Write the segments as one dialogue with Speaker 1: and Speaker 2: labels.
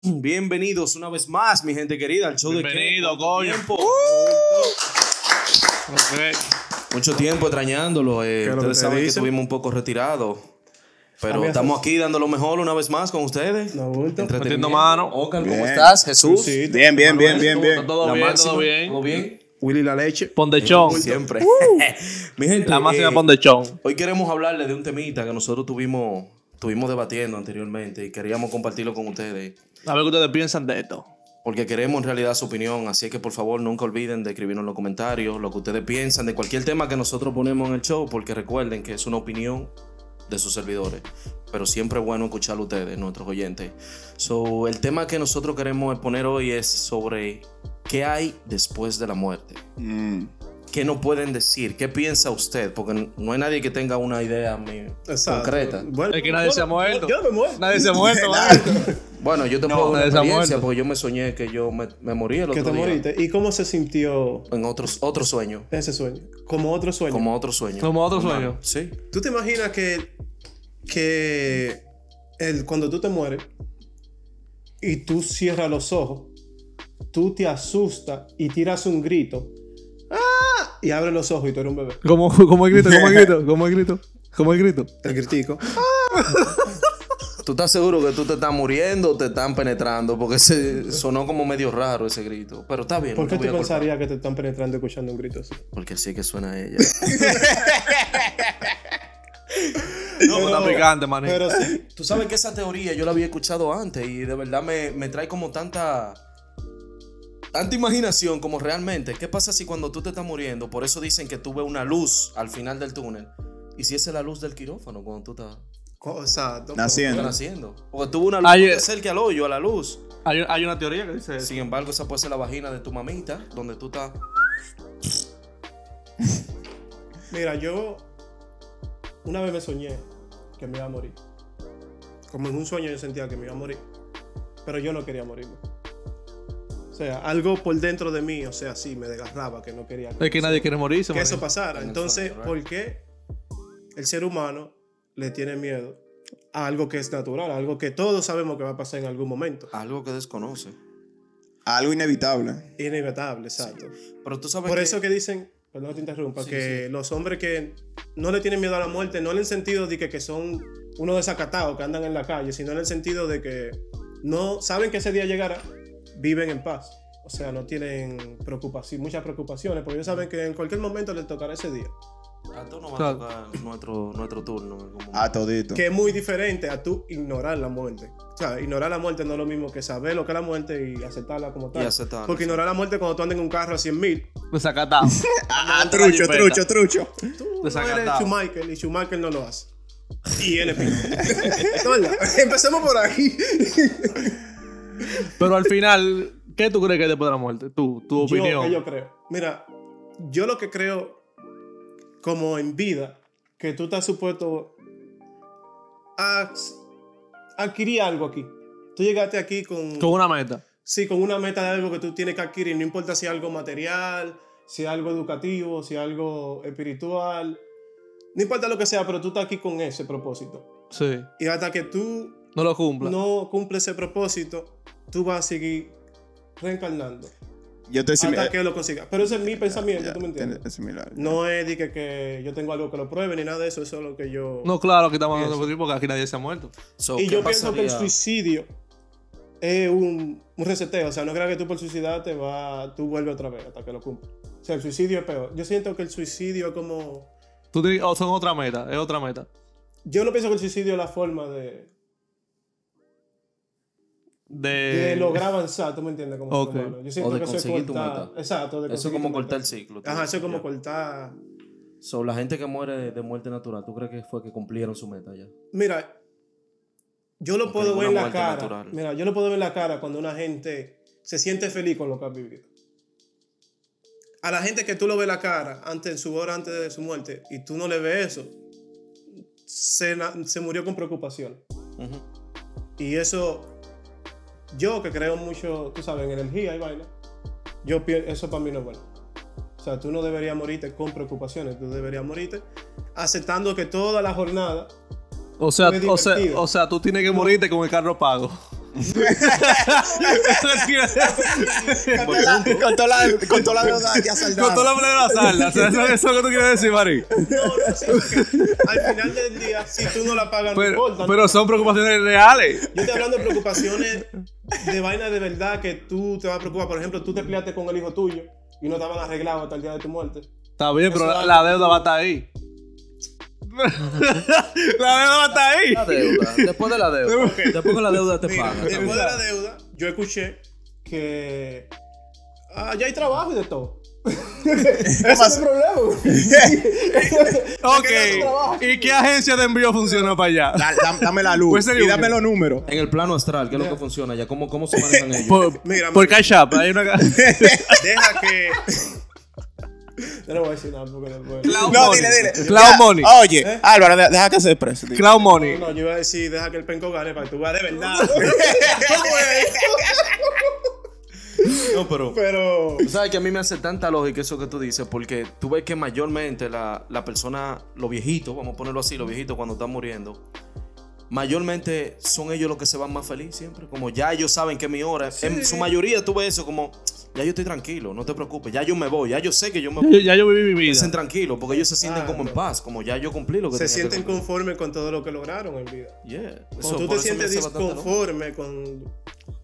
Speaker 1: Bienvenidos una vez más, mi gente querida, al show
Speaker 2: Bienvenido, ¡Uh!
Speaker 1: de Qué
Speaker 2: coño.
Speaker 1: Tiempo.
Speaker 2: Ok.
Speaker 1: Mucho tiempo extrañándolo. eh,
Speaker 3: ¿Qué es lo que
Speaker 1: ustedes
Speaker 3: te
Speaker 1: saben que
Speaker 3: dicen?
Speaker 1: estuvimos un poco retirados. Pero
Speaker 3: Había
Speaker 1: estamos aquí dando lo mejor una vez más con ustedes.
Speaker 3: No, bulto.
Speaker 2: Metiendo mano.
Speaker 1: Ocal,
Speaker 4: Bien.
Speaker 1: ¿cómo estás? Jesús.
Speaker 3: Sí,
Speaker 4: Bien, bien, bien, bien, bien.
Speaker 2: Todo
Speaker 1: La
Speaker 2: bien,
Speaker 1: máxima,
Speaker 2: todo bien.
Speaker 1: ¿Todo bien?
Speaker 3: Willy la leche.
Speaker 2: Pondechón.
Speaker 1: Siempre.
Speaker 3: Uh.
Speaker 1: mi gente,
Speaker 2: La máxima
Speaker 1: eh,
Speaker 2: pondechón.
Speaker 1: Hoy queremos hablarles de un temita que nosotros tuvimos, tuvimos debatiendo anteriormente y queríamos compartirlo con ustedes.
Speaker 2: A ver qué ustedes piensan de esto.
Speaker 1: Porque queremos en realidad su opinión, así que por favor nunca olviden de escribirnos en los comentarios lo que ustedes piensan de cualquier tema que nosotros ponemos en el show, porque recuerden que es una opinión de sus servidores, pero siempre es bueno escuchar a ustedes, nuestros oyentes. So, el tema que nosotros queremos exponer hoy es sobre qué hay después de la muerte.
Speaker 4: Mm.
Speaker 1: ¿Qué no pueden decir? ¿Qué piensa usted? Porque no hay nadie que tenga una idea mi-
Speaker 3: Exacto.
Speaker 1: concreta.
Speaker 3: Bueno,
Speaker 2: Es que nadie se ha muerto.
Speaker 3: Yo no me muero.
Speaker 2: Nadie se ha muerto,
Speaker 1: Bueno, yo te puedo dar una
Speaker 2: nadie se ha
Speaker 1: experiencia,
Speaker 2: muerto.
Speaker 1: porque yo me soñé que yo me, me morí el
Speaker 3: Que
Speaker 1: otro
Speaker 3: te
Speaker 1: día.
Speaker 3: moriste. ¿Y cómo se sintió
Speaker 1: En otros, otro sueño.
Speaker 3: ese sueño? Como otro sueño.
Speaker 1: Como otro sueño.
Speaker 2: Como otro
Speaker 1: Humano.
Speaker 2: sueño.
Speaker 1: Sí.
Speaker 3: ¿Tú te imaginas que, que el, cuando tú te mueres y tú cierras los ojos, tú te asustas y tiras un grito? ¡Ah! Y abres los ojos y tú eres un bebé.
Speaker 2: ¿Cómo, ¿Cómo el grito? ¿Cómo el grito? ¿Cómo el grito? ¿Cómo el grito?
Speaker 3: El gritico.
Speaker 1: ¿Tú estás seguro que tú te estás muriendo o te están penetrando? Porque se sonó como medio raro ese grito. Pero está bien.
Speaker 3: ¿Por
Speaker 1: no
Speaker 3: qué
Speaker 1: te
Speaker 3: tú
Speaker 1: voy a culpar.
Speaker 3: pensarías que te están penetrando escuchando un grito así?
Speaker 1: Porque sí que suena ella.
Speaker 2: No, pero está picante, maní.
Speaker 3: Pero sí.
Speaker 1: tú sabes que esa teoría yo la había escuchado antes y de verdad me, me trae como tanta. Tanta imaginación como realmente. ¿Qué pasa si cuando tú te estás muriendo? Por eso dicen que tú ves una luz al final del túnel. ¿Y si esa es la luz del quirófano cuando tú estás
Speaker 3: Exacto.
Speaker 1: estás
Speaker 4: Naciendo.
Speaker 1: naciendo? Porque tuvo una luz
Speaker 2: Ay,
Speaker 1: que te
Speaker 2: eh.
Speaker 1: acerca al hoyo, a la luz.
Speaker 2: Hay, hay una teoría que dice eso.
Speaker 1: Sin embargo, esa puede ser la vagina de tu mamita, donde tú estás.
Speaker 3: Mira, yo una vez me soñé que me iba a morir. Como en un sueño yo sentía que me iba a morir. Pero yo no quería morirme. O sea, algo por dentro de mí, o sea, sí, me desgarraba que no quería
Speaker 2: Es que nadie quiere morirse,
Speaker 3: que
Speaker 2: maní.
Speaker 3: eso pasara.
Speaker 1: En el
Speaker 3: Entonces,
Speaker 1: sueño,
Speaker 3: ¿por qué el ser humano le tiene miedo a algo que es natural, a algo que todos sabemos que va a pasar en algún momento?
Speaker 1: Algo que desconoce.
Speaker 4: Algo inevitable.
Speaker 3: Inevitable, exacto.
Speaker 1: Pero tú sabes
Speaker 3: Por
Speaker 1: que-
Speaker 3: eso que dicen, perdón que te interrumpa,
Speaker 1: Sí,
Speaker 3: que los hombres que no le tienen miedo a la muerte, no en el sentido de que, que son unos desacatados que andan en la calle, sino en el sentido de que no saben que ese día llegará, viven en paz. O sea, no tienen preocupación, muchas preocupaciones, porque ellos saben que en cualquier momento les tocará ese día.
Speaker 1: A tú no va a
Speaker 2: Claro.
Speaker 1: tocar nuestro, nuestro turno en algún momento.
Speaker 4: A todito.
Speaker 3: Que es muy diferente a tú ignorar la muerte. O sea, ignorar la muerte no es lo mismo que saber lo que es la muerte y aceptarla como tal.
Speaker 1: Y aceptarla,
Speaker 3: Porque
Speaker 1: sí.
Speaker 3: ignorar la muerte cuando tú andas en un carro a 100 mil,
Speaker 2: Desacatado.
Speaker 4: Ah, trucho, trucho, trucho.
Speaker 3: Tú
Speaker 2: Desacatado.
Speaker 3: eres Schumacher y Schumacher no lo hace. Y él es piloto. No, ¿verdad? Empecemos por ahí.
Speaker 2: Pero al final, ¿qué tú crees que hay después de la muerte? Tú, tu
Speaker 3: Yo,
Speaker 2: opinión.
Speaker 3: que yo creo. Mira, yo lo que creo, como en vida, que tú estás supuesto a adquirir algo aquí. Tú llegaste aquí con,
Speaker 2: Con una meta.
Speaker 3: sí, con una meta de algo que tú tienes que adquirir, no importa si es algo material, si es algo educativo, si es algo espiritual, no importa lo que sea, pero tú estás aquí con ese propósito.
Speaker 2: Sí.
Speaker 3: Y hasta que tú
Speaker 2: No lo cumpla.
Speaker 3: no cumple ese propósito, tú vas a seguir reencarnando
Speaker 4: Yo estoy similar.
Speaker 3: hasta que lo consigas. Pero ese es mi pensamiento,
Speaker 4: eh, Ya,
Speaker 3: ¿tú me entiendes?
Speaker 4: Es similar.
Speaker 3: No es de que, que yo tengo algo que lo pruebe ni nada de eso, eso es lo que yo...
Speaker 2: No, claro, que estamos hablando de tiempo porque aquí nadie se ha muerto.
Speaker 1: So,
Speaker 3: y
Speaker 1: ¿qué
Speaker 3: yo pienso que el
Speaker 1: pasaría?
Speaker 3: suicidio es un, un reseteo, o sea, no creas que tú por suicidar te va, tú vuelves otra vez hasta que lo cumplas. O sea, el suicidio es peor. Yo siento que el suicidio es como...
Speaker 2: Tú tienes- o son otra meta, es otra meta.
Speaker 3: Yo no pienso que el suicidio es la forma de,
Speaker 2: De,
Speaker 3: de lograr avanzar, ¿tú me entiendes? Como ser
Speaker 2: Ok.
Speaker 3: humano. Yo siento
Speaker 1: Eh. de
Speaker 3: que eso es
Speaker 1: conseguir tu
Speaker 3: cortar...
Speaker 1: meta.
Speaker 3: Exacto, de
Speaker 1: Eso es
Speaker 3: conseguir
Speaker 1: como
Speaker 3: tu
Speaker 1: cortar el
Speaker 3: meta.
Speaker 1: ciclo. tú
Speaker 3: Ajá, eso es
Speaker 1: dices,
Speaker 3: como
Speaker 1: ya.
Speaker 3: cortar...
Speaker 1: So, la gente que muere de, de muerte natural, ¿tú crees que fue que cumplieron su meta ya?
Speaker 3: Mira, yo lo
Speaker 1: Porque
Speaker 3: puedo ver en
Speaker 1: ninguna
Speaker 3: la
Speaker 1: muerte
Speaker 3: cara.
Speaker 1: natural.
Speaker 3: Mira, yo lo puedo ver en la cara cuando una gente se siente feliz con lo que ha vivido. A la gente que tú lo ves la cara antes, en su hora antes de su muerte y tú no le ves eso, se, na- se murió con preocupación.
Speaker 1: Ujú.
Speaker 3: Y eso, yo que creo mucho, tú sabes, en energía y vaina, yo pien- eso para mí no es bueno. O sea, tú no deberías morirte con preocupaciones, tú deberías morirte aceptando que toda la jornada
Speaker 2: o sea,
Speaker 3: Muy
Speaker 2: o sea,
Speaker 3: divertido.
Speaker 2: o sea, tú tienes que morirte con el carro pago.
Speaker 4: Con toda la, con toda la deuda ya saldada.
Speaker 2: Con toda la plena salda. O sea, eso, eso es lo que tú quieres decir, Mari.
Speaker 3: No, no, sí, porque al final del día, si tú no la pagas, no
Speaker 2: Pero,
Speaker 3: importa. ¿no?
Speaker 2: pero son preocupaciones reales.
Speaker 3: Yo estoy hablando de preocupaciones de vaina de verdad que tú te vas a preocupar. Por ejemplo, tú te peleaste con el hijo tuyo y no estaban arreglados hasta el día de tu muerte.
Speaker 2: Está bien, pero
Speaker 3: Eso
Speaker 2: la,
Speaker 3: da-
Speaker 2: la deuda va a estar ahí. la deuda va a estar ahí.
Speaker 5: La deuda. Después de la deuda. Después que la deuda te
Speaker 3: Mira,
Speaker 5: paga.
Speaker 3: después de la deuda, yo escuché que ah, ya hay trabajo y de todo. Ese es el problema. güey.
Speaker 2: Ok. ¿Y qué agencia de envío funciona para allá?
Speaker 4: Da- da- dame la luz
Speaker 2: Pues sería
Speaker 4: y dame
Speaker 2: un-
Speaker 4: los números.
Speaker 1: En el plano astral, ¿qué es lo que funciona ya? ¿Cómo, cómo se manejan ellos?
Speaker 2: Por,
Speaker 3: Mira,
Speaker 2: por Cash App. Hay una.
Speaker 3: deja que. Yo no voy a decir nada porque después.
Speaker 4: No, dile, dile.
Speaker 2: Cloud
Speaker 4: Ya,
Speaker 2: Money.
Speaker 4: Oye, Álvaro, de- deja que se exprese. dile.
Speaker 2: Cloud Money.
Speaker 3: No, yo iba a decir, deja que el penco gane para que tú ganes de verdad.
Speaker 1: No, pero.
Speaker 3: Pero.
Speaker 1: Tú sabes que a mí me hace tanta lógica eso que tú dices, porque tú ves que mayormente la, la persona, los viejitos, vamos a ponerlo así, los viejitos cuando están muriendo, mayormente son ellos los que se van más felices siempre. Como ya ellos saben que mi hora, es- en su mayoría tú ves eso como, ya yo estoy tranquilo, no te preocupes, ya yo me voy, ya yo sé que yo me voy.
Speaker 2: Yo- Ya yo viví mi vida.
Speaker 1: Dicen tranquilo, porque ellos se sienten
Speaker 3: Ah,
Speaker 1: como en
Speaker 3: no.
Speaker 1: paz, como ya yo cumplí lo que
Speaker 3: Se
Speaker 1: tenía que
Speaker 3: sienten
Speaker 1: cumplir.
Speaker 3: conformes con todo lo que lograron en vida.
Speaker 1: Yeah. Eso- por
Speaker 3: Cuando tú te
Speaker 1: eso me
Speaker 3: sientes
Speaker 1: hace bastante lógica.
Speaker 3: disconforme con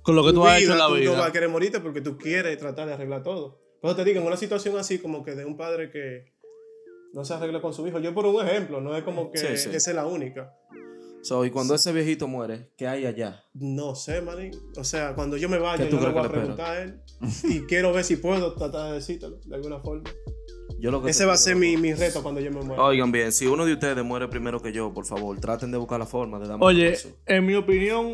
Speaker 2: Con lo que
Speaker 3: tu
Speaker 2: tú has hecho en la
Speaker 3: tú no vas a
Speaker 2: vida.
Speaker 3: querer morirte porque tú quieres tratar de arreglar todo. Pero te digo, en una situación así como que de un padre que no se arregla con su hijo, yo por un ejemplo, no es como que
Speaker 1: Sí, sí.
Speaker 3: esa es la única.
Speaker 1: So, y cuando ese viejito muere, ¿qué hay allá?
Speaker 3: No sé, maní. O sea, cuando yo me vaya,
Speaker 1: ¿Qué tú
Speaker 3: yo le
Speaker 1: crees
Speaker 3: voy a
Speaker 1: que le espera?
Speaker 3: preguntar a él y quiero ver si puedo tratar de decírtelo de alguna forma.
Speaker 1: Yo lo que Pues
Speaker 3: Ese
Speaker 1: te
Speaker 3: va a
Speaker 1: pido,
Speaker 3: ser mi, mi reto cuando yo me muera.
Speaker 1: Oigan bien, si uno de ustedes muere primero que yo, por favor, traten de buscar la forma de darme un
Speaker 2: Oye,
Speaker 1: beso.
Speaker 2: en mi opinión,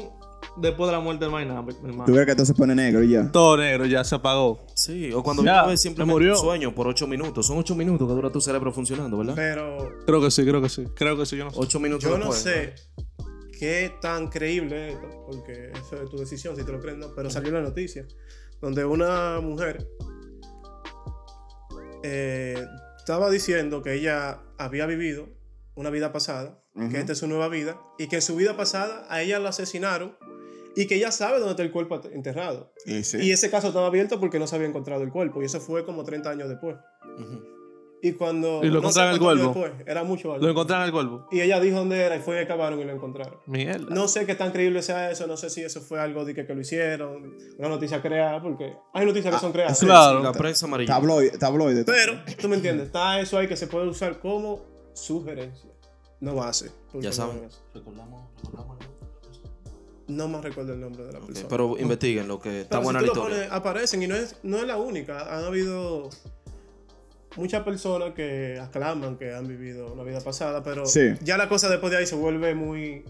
Speaker 2: después de la muerte del nada, mi hermano.
Speaker 4: ¿Tú crees que esto se pone negro y ya?
Speaker 2: Todo negro ya se apagó.
Speaker 1: Sí, o cuando
Speaker 2: Ya,
Speaker 1: uno ve
Speaker 2: se
Speaker 1: simplemente
Speaker 2: murió.
Speaker 1: un sueño por ocho minutos. Son ocho minutos que dura tu cerebro funcionando, ¿verdad?
Speaker 3: Pero
Speaker 2: Creo que sí, creo que sí. Creo que sí, yo no sé.
Speaker 1: Ocho minutos
Speaker 3: Yo no
Speaker 1: después,
Speaker 3: sé qué tan creíble es esto, porque eso es tu decisión, si te lo crees no, pero salió una noticia donde una mujer eh, estaba diciendo que ella había vivido una vida pasada, que esta es su nueva vida, y que en su vida pasada a ella la asesinaron y que ella sabe dónde está el cuerpo enterrado.
Speaker 4: Y sí.
Speaker 3: Y ese caso estaba abierto porque no se había encontrado el cuerpo, y eso fue como 30 años después.
Speaker 1: Ujú.
Speaker 3: Y cuando...
Speaker 2: Y lo
Speaker 3: no sé
Speaker 2: encontraron el
Speaker 3: cuántos años
Speaker 2: cuerpo.
Speaker 3: después, era mucho
Speaker 2: Lo
Speaker 3: algo.
Speaker 2: encontraron en el cuerpo.
Speaker 3: Y ella dijo dónde era y fue y acabaron y lo encontraron.
Speaker 2: Mierda.
Speaker 3: No sé qué tan creíble sea eso, no sé si eso fue algo de que, que lo hicieron, una noticia creada, porque hay noticias que
Speaker 1: Ah,
Speaker 3: son creadas.
Speaker 2: claro.
Speaker 1: La prensa amarilla.
Speaker 4: Tabloide, tabloide.
Speaker 3: Pero, tú me entiendes, está eso ahí que se puede usar como sugerencia, no base. porque
Speaker 1: Ya
Speaker 3: No,
Speaker 1: saben.
Speaker 3: es-
Speaker 1: Recordamos- recordamos el nombre.
Speaker 3: no más recuerdo el nombre de la
Speaker 1: Ok,
Speaker 3: persona.
Speaker 1: Pero investiguen lo que está
Speaker 3: Pero si
Speaker 1: buena
Speaker 3: tú
Speaker 1: la
Speaker 3: lo
Speaker 1: historia.
Speaker 3: pones, aparecen y no es, no es la única. Han habido muchas personas que aclaman que han vivido una vida pasada, pero
Speaker 4: Sí.
Speaker 3: ya la cosa después de ahí se vuelve muy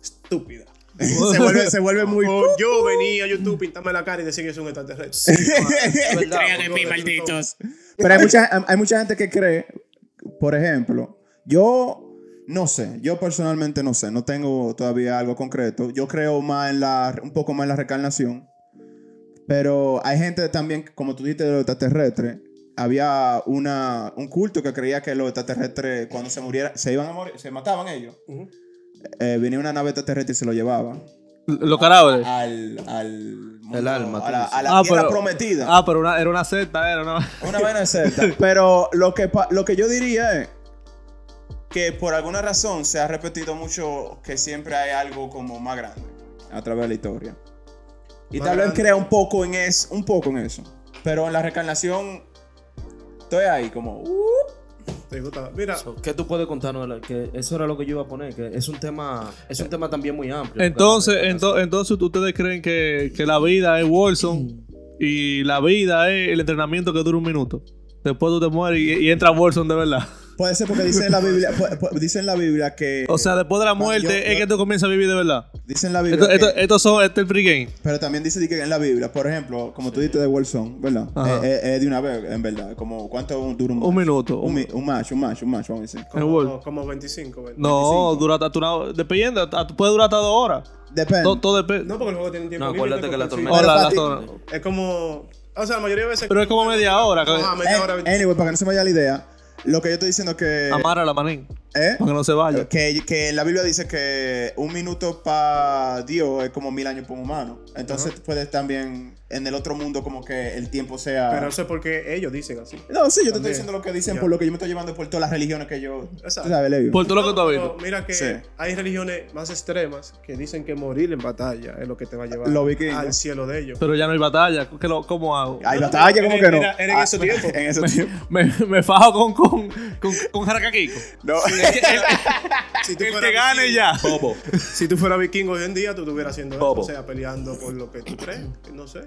Speaker 3: estúpida.
Speaker 4: se, vuelve, se vuelve muy.
Speaker 3: O yo venía a YouTube pintarme la cara y decir que es un extraterrestre.
Speaker 1: Es verdad,
Speaker 3: en mí, malditos.
Speaker 4: Pero hay mucha, hay mucha gente que cree, por ejemplo, yo no sé, yo personalmente no sé, no tengo todavía algo concreto. Yo creo más en la, un poco más en la reencarnación. Pero hay gente también, como tú dijiste, de los extraterrestres. Había una, un culto que creía que los extraterrestres, cuando se murieran, se iban a morir, se mataban ellos.
Speaker 3: Ujú.
Speaker 4: Eh, venía una nave extraterrestre y se lo llevaba
Speaker 2: Los
Speaker 4: Ah,
Speaker 2: cadáveres.
Speaker 4: al. al
Speaker 1: El alma, tú
Speaker 4: A la,
Speaker 1: dices.
Speaker 4: a la tierra
Speaker 2: pero-
Speaker 4: prometida.
Speaker 2: Ah, pero una- era una secta, era una.
Speaker 4: Una vaina Z. Pero lo que, pa- lo que yo diría es que por alguna razón se ha repetido mucho que siempre hay algo como más grande a través de la historia. Y
Speaker 3: Más
Speaker 4: tal vez
Speaker 3: grande.
Speaker 4: crea un poco en eso, un poco en eso. Pero en la reencarnación estoy ahí como uh,
Speaker 3: Te gustaba. Mira,
Speaker 1: So, ¿Qué tú puedes contarnos? de la- Que eso era lo que yo iba a poner, que es un tema, es un tema también muy amplio.
Speaker 2: Entonces, ento- entonces ustedes creen que, que la vida es Wilson y la vida es el entrenamiento que dura un minuto. Después tú te mueres y, y entra Wilson de verdad.
Speaker 4: puede ser porque dice en la Biblia, pu- pu- dice en la Biblia que
Speaker 2: O sea, después de la muerte
Speaker 4: yo-
Speaker 2: es
Speaker 4: yo-
Speaker 2: que tú comienzas a vivir de verdad.
Speaker 4: dice en la Biblia
Speaker 2: Esto, esto,
Speaker 4: que-
Speaker 2: esto son, este es el pregame.
Speaker 4: pero también dice que en la Biblia, por ejemplo, como tú dijiste de Wilson, ¿verdad?
Speaker 2: Ajá.
Speaker 4: Es, es- es de una vez, en verdad, como cuánto dura un,
Speaker 2: Un
Speaker 4: match?
Speaker 2: minuto.
Speaker 4: Un, mi- un match, un match, un match, vamos a decir.
Speaker 2: El Wolf.
Speaker 3: como, como 25. 20.
Speaker 2: No, dura hasta una. Dependiendo, hasta- puede durar hasta dos horas.
Speaker 4: Depende.
Speaker 2: Todo, todo depende.
Speaker 3: No, porque el juego tiene un tiempo
Speaker 1: No, acuérdate
Speaker 3: límite,
Speaker 1: que la
Speaker 3: porque sí.
Speaker 1: tormenta-
Speaker 2: Hola,
Speaker 4: Pero
Speaker 2: las
Speaker 4: Pati-
Speaker 2: horas.
Speaker 3: Es como... O sea, la mayoría de veces...
Speaker 2: Pero es como media hora. que-
Speaker 3: Ajá, media
Speaker 4: Eh,
Speaker 3: hora,
Speaker 4: Anyway, para que no se me vaya la idea, lo que yo estoy diciendo es que.
Speaker 2: Amara la manín.
Speaker 4: ¿Eh?
Speaker 2: para que no se vaya.
Speaker 4: Que, que la Biblia dice que un minuto para Dios es como mil años para un humano. Entonces puedes también en el otro mundo como que el tiempo sea...
Speaker 3: Pero eso es porque ellos dicen así.
Speaker 4: no, sí, yo te estoy
Speaker 3: También.
Speaker 4: diciendo lo que dicen
Speaker 3: Ya.
Speaker 4: por lo que yo me estoy llevando por todas las religiones que yo...
Speaker 3: Exacto.
Speaker 4: tú sabes, Levi.
Speaker 2: Por todo lo que tú has
Speaker 3: No,
Speaker 2: visto.
Speaker 3: pero Mira que
Speaker 4: Sí.
Speaker 3: hay religiones más extremas que dicen que morir en batalla es lo que te va a llevar
Speaker 4: Los vikingos.
Speaker 3: al cielo de ellos.
Speaker 2: Pero ya no hay batalla. ¿Qué lo- ¿Cómo hago?
Speaker 4: Hay batalla, como
Speaker 3: Era-
Speaker 4: que no.
Speaker 3: era- era en
Speaker 4: Ah,
Speaker 3: ese tiempo.
Speaker 4: En ese tiempo.
Speaker 2: Me, me fajo con, con, con, con Jaracaquico.
Speaker 4: No.
Speaker 3: Si tú
Speaker 2: El
Speaker 3: fueras
Speaker 2: que gane
Speaker 3: vikingo-
Speaker 2: ya.
Speaker 1: Bobo.
Speaker 3: Si tú fueras vikingo hoy en día, tú estuvieras haciendo
Speaker 1: Bobo.
Speaker 3: eso. O sea, peleando por lo que tú crees. que No sé.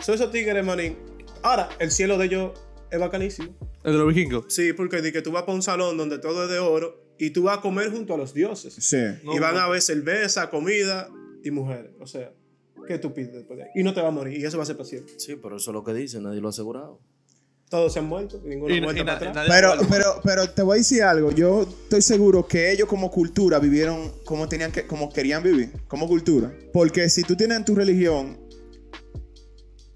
Speaker 3: Son esos tigres, manín. Ahora, el cielo de ellos es bacanísimo.
Speaker 2: El de los vikingos.
Speaker 3: Sí, porque di que tú vas para un salón donde todo es de oro y tú vas a comer junto a los dioses.
Speaker 4: Sí.
Speaker 3: y van a ver cerveza, comida y mujeres. O sea, ¿qué tú pides después de ahí? Y no te va a morir. Y eso va a ser paciente.
Speaker 1: Sí, pero eso es lo que dicen, nadie lo ha asegurado.
Speaker 3: Todos se han muerto. y Ninguno
Speaker 2: Y-
Speaker 3: ha
Speaker 2: y
Speaker 3: muerto
Speaker 2: na-
Speaker 3: para atrás.
Speaker 2: nadie-
Speaker 4: Pero, pero, pero te voy a decir algo. Yo estoy seguro que ellos como cultura vivieron como tenían que, como querían vivir, como cultura. Porque si tú tienes en tu religión,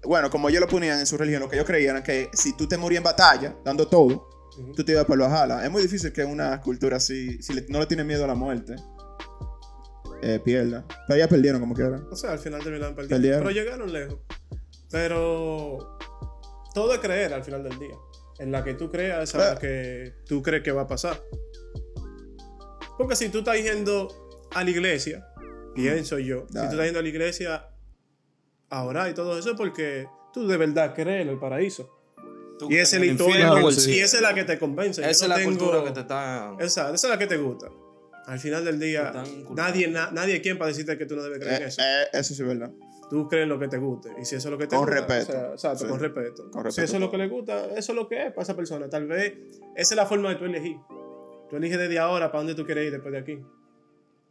Speaker 4: bueno, como ellos lo ponían en su religión, lo que ellos creían era que si tú te morías en batalla, dando todo,
Speaker 3: Ujú.
Speaker 4: tú te ibas para Valhalla. Es muy difícil que una cultura así, si le- no le tiene miedo a la muerte, eh, pierda. Pero ya perdieron como quiera.
Speaker 3: O sea, al final terminaron perdiendo.
Speaker 4: Perdieron.
Speaker 3: Pero llegaron lejos. Pero todo es creer al final del día. En la que tú creas, a la
Speaker 4: Ah.
Speaker 3: que tú crees que va a pasar. Porque si tú estás yendo a la iglesia, pienso yo, si tú
Speaker 4: Mm. Dale.
Speaker 3: estás yendo a la iglesia ahora y todo eso, es porque tú de verdad crees en el paraíso. Y esa es la historia.
Speaker 2: infierno,
Speaker 3: que-
Speaker 2: sí.
Speaker 3: Y esa es la que te convence. Yo
Speaker 1: Esa es la
Speaker 3: no tengo-
Speaker 1: cultura que te está.
Speaker 3: Exacto, esa es la que te gusta. Al final del
Speaker 1: Te
Speaker 3: día,
Speaker 1: están inculcando.
Speaker 3: nadie, na- nadie es quien para decirte que tú no debes creer
Speaker 4: Eh,
Speaker 3: en eso.
Speaker 4: eh, eso sí es verdad.
Speaker 3: Tú crees lo que te guste. Y si eso es lo que te
Speaker 4: Con
Speaker 3: gusta.
Speaker 4: respeto.
Speaker 3: o sea, exacto,
Speaker 4: Sí.
Speaker 3: con respeto.
Speaker 4: Con
Speaker 3: Si
Speaker 4: respeto.
Speaker 3: eso es lo que le gusta, eso es lo que es para esa persona. Tal vez esa es la forma de tú elegir. Tú eliges desde ahora para dónde tú quieres ir después de aquí.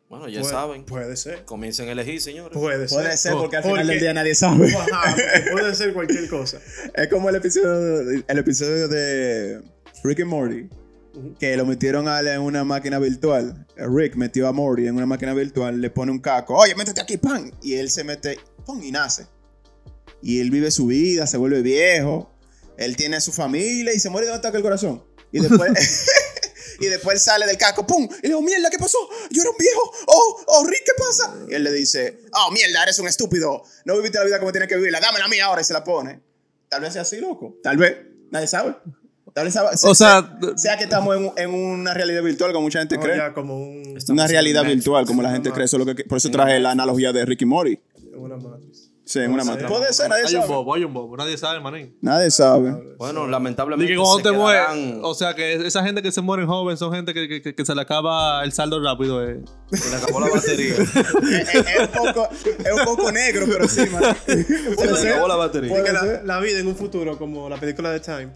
Speaker 1: Bueno, ya
Speaker 3: Puede-
Speaker 1: saben.
Speaker 3: Puede ser.
Speaker 1: Comiencen a elegir, señores.
Speaker 3: Puede ser.
Speaker 4: Puede ser porque al
Speaker 3: Porque-
Speaker 4: final del día nadie sabe.
Speaker 3: Ajá, puede ser cualquier cosa.
Speaker 4: Es como el episodio, el episodio de Rick y Morty,
Speaker 3: Ujú.
Speaker 4: que lo metieron a él en una máquina virtual. Rick metió a Morty en una máquina virtual, le pone un caco, oye, métete aquí, pan. Y él se mete, pum, y nace. Y él vive su vida, se vuelve viejo, él tiene a su familia y se muere de un ataque al corazón. Y después... Y después él sale del caco, ¡pum! Y le digo, mierda, ¿qué pasó? Yo era un viejo. ¡Oh, oh, Rick, ¿qué pasa? Y él le dice, oh, mierda, eres un estúpido. No viviste la vida como tienes que vivirla. Dame la mía ahora y se la pone. Tal vez sea así, loco. Tal vez. Nadie sabe. Tal vez sabe-
Speaker 2: O sea,
Speaker 4: sea que estamos en, un- en una realidad virtual como mucha gente
Speaker 3: No,
Speaker 4: cree.
Speaker 3: ya como un,
Speaker 4: Una realidad
Speaker 1: Estamos en
Speaker 4: virtual como la
Speaker 3: una
Speaker 4: gente
Speaker 3: ma-
Speaker 4: cree. Eso es lo que, por eso traje la analogía de Ricky Mori.
Speaker 3: una matriz.
Speaker 4: Sí, en una
Speaker 3: Sí.
Speaker 4: mata. Puede ser, nadie
Speaker 2: hay un
Speaker 4: sabe.
Speaker 2: bobo, hay un bobo. Nadie sabe, manín.
Speaker 4: Nadie sabe.
Speaker 1: Bueno,
Speaker 2: Dije
Speaker 1: lamentablemente.
Speaker 2: que cuando
Speaker 1: se
Speaker 2: te mueres.
Speaker 1: quedarán-
Speaker 2: O sea, que esa gente que se muere joven son gente que, que- que- que se le acaba el saldo rápido. eh.
Speaker 1: se le acabó la batería.
Speaker 4: es, es- es un poco, es un poco negro, pero sí, man.
Speaker 1: se le acabó la
Speaker 4: Puede
Speaker 1: batería.
Speaker 3: Que la,
Speaker 4: ser.
Speaker 3: la vida en un futuro, como la película de Time,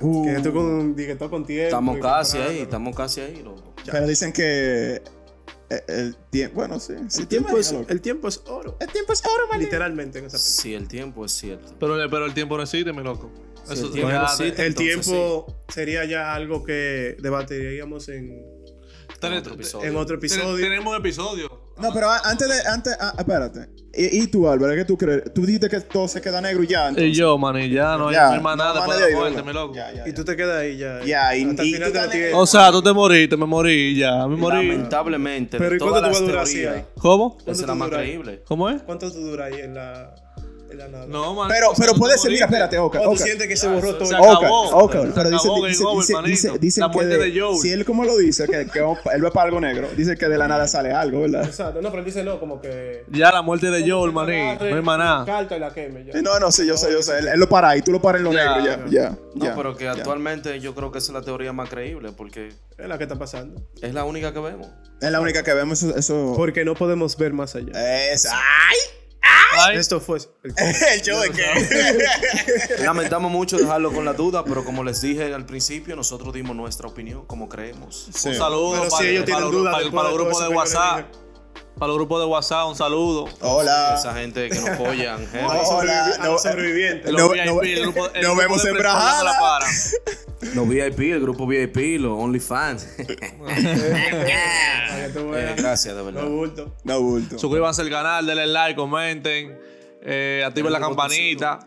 Speaker 4: Uh,
Speaker 3: que tú con, di que todo con tiempo.
Speaker 1: Estamos
Speaker 3: y
Speaker 1: casi
Speaker 3: comparando,
Speaker 1: ahí,
Speaker 3: ¿no?
Speaker 1: estamos casi ahí, loco.
Speaker 4: pero dicen que eh, el, tiempo. Bueno, sí. sí,
Speaker 3: El tiempo, es,
Speaker 4: imagínalo.
Speaker 3: el tiempo es oro.
Speaker 4: El tiempo es ahora, man.
Speaker 3: Literalmente en esa película.
Speaker 1: Si el tiempo es cierto.
Speaker 2: Pero, eh, pero el tiempo no existe, mi loco.
Speaker 1: Si
Speaker 2: Eso
Speaker 1: el tiempo
Speaker 2: ya-
Speaker 1: no existe,
Speaker 3: El
Speaker 1: entonces
Speaker 3: tiempo sería ya algo que debatiríamos en,
Speaker 2: ten-
Speaker 1: En otro episodio.
Speaker 3: en otro
Speaker 2: ten-
Speaker 3: episodio.
Speaker 2: Tenemos episodio.
Speaker 4: No, pero a- antes de. Antes, ah, espérate. ¿Y, y tú, Álvaro, ¿qué tú crees? Tú dijiste que todo se queda negro y ya.
Speaker 2: Y
Speaker 4: entonces.
Speaker 2: yo, manín, ya no hay,
Speaker 4: Ya,
Speaker 2: no hay más
Speaker 4: no,
Speaker 2: nada después
Speaker 4: más
Speaker 2: de
Speaker 4: nadie
Speaker 2: la
Speaker 4: vive,
Speaker 2: muerte,
Speaker 4: no.
Speaker 2: mi loco.
Speaker 4: Ya, ya,
Speaker 3: Y
Speaker 4: ya.
Speaker 3: tú te quedas ahí ya.
Speaker 4: Ya, y-
Speaker 3: Hasta el
Speaker 4: y
Speaker 3: final
Speaker 4: tú
Speaker 3: de la
Speaker 4: también-
Speaker 3: tierra.
Speaker 2: O sea, tú te moriste, me morí, ya, me morí.
Speaker 1: Lamentablemente,
Speaker 3: Pero ¿y
Speaker 1: de
Speaker 3: cuánto
Speaker 1: todas
Speaker 3: te va a
Speaker 1: las
Speaker 3: durar así
Speaker 1: teorías,
Speaker 3: ahí?
Speaker 1: esa
Speaker 2: ¿Cómo?
Speaker 1: es
Speaker 3: ¿Cuánto
Speaker 1: la
Speaker 3: te
Speaker 1: más
Speaker 3: dura ahí?
Speaker 1: creíble.
Speaker 2: ¿Cómo es?
Speaker 3: ¿Cuánto tú duras ahí en la, en la nada?
Speaker 2: No, manín.
Speaker 4: Pero,
Speaker 2: o sea,
Speaker 4: pero
Speaker 2: tú
Speaker 4: puede
Speaker 2: te
Speaker 4: ser, mira,
Speaker 2: moriste.
Speaker 4: espérate, ok,
Speaker 3: ¿O tú
Speaker 4: ok.
Speaker 3: sientes que se borró todo?
Speaker 2: se
Speaker 3: el-
Speaker 2: acabó.
Speaker 4: Ok, ok,
Speaker 2: Se
Speaker 4: pero dice,
Speaker 2: acabó,
Speaker 4: dice,
Speaker 2: game over,
Speaker 4: dice-
Speaker 2: manito.
Speaker 4: dice- dicen
Speaker 2: La
Speaker 4: que
Speaker 2: muerte
Speaker 4: de-
Speaker 2: de Joel.
Speaker 4: si él como lo dice, que, que él va para algo negro, dice que de la nada sale algo, ¿verdad?
Speaker 3: Exacto. No, pero él dice no, como que.
Speaker 2: Ya la muerte de Joel, manín.
Speaker 3: Agarre
Speaker 2: No hay más
Speaker 3: tu
Speaker 2: nada.
Speaker 3: Carta y la queme ya.
Speaker 4: No, no, sí, yo sé, yo sé, él, él lo para ahí, tú lo paras en lo
Speaker 2: Ya,
Speaker 4: negro, ya, ya,
Speaker 1: No,
Speaker 4: ya.
Speaker 1: pero que
Speaker 4: ya.
Speaker 1: actualmente yo creo que esa es la teoría más creíble porque
Speaker 3: Es la que está pasando.
Speaker 1: es la única que vemos.
Speaker 4: Es la única que vemos eso... eso-
Speaker 3: Porque no podemos ver más allá.
Speaker 4: Es... ¡Ay!
Speaker 2: Ay,
Speaker 3: Esto fue. el-
Speaker 4: El show de que...
Speaker 1: Lamentamos mucho dejarlo con la duda, pero como les dije al principio, nosotros dimos nutra opinión, como creemos.
Speaker 4: Sí.
Speaker 2: Un saludo
Speaker 3: Pero
Speaker 2: para,
Speaker 3: si ellos
Speaker 2: para
Speaker 3: tienen
Speaker 2: los-
Speaker 3: dudas.
Speaker 2: para-
Speaker 3: después
Speaker 2: para el
Speaker 3: todo
Speaker 2: grupo
Speaker 3: eso
Speaker 2: de
Speaker 3: que yo les
Speaker 2: WhatsApp.
Speaker 3: dije.
Speaker 2: Para el grupo de WhatsApp, un saludo.
Speaker 4: Hola.
Speaker 1: Esa gente que nos apoyan, jefe.
Speaker 3: A los
Speaker 4: Hola,
Speaker 3: sobrevivi- a
Speaker 4: no- eh,
Speaker 3: los sobrevivientes.
Speaker 2: Los
Speaker 4: No-
Speaker 2: VIP,
Speaker 4: no-
Speaker 2: el grupo- el
Speaker 4: nos
Speaker 2: grupo
Speaker 4: vemos
Speaker 2: de
Speaker 4: en
Speaker 2: Prestando
Speaker 4: Brajada.
Speaker 2: la Para.
Speaker 1: los VIP, el grupo VIP, los OnlyFans.
Speaker 3: Para que tú
Speaker 1: Eh,
Speaker 3: veas.
Speaker 1: gracias, de verdad.
Speaker 3: No bulto.
Speaker 4: No, bulto.
Speaker 2: Suscríbanse al canal, denle like, comenten, eh, activen la campanita.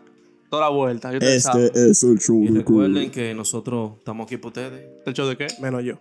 Speaker 2: Toda la vuelta. Yo te
Speaker 4: Este es el show
Speaker 1: Y
Speaker 4: de
Speaker 1: recuerden
Speaker 4: que...
Speaker 1: que nosotros estamos aquí para ustedes.
Speaker 2: ¿El hecho de qué?
Speaker 3: Menos yo.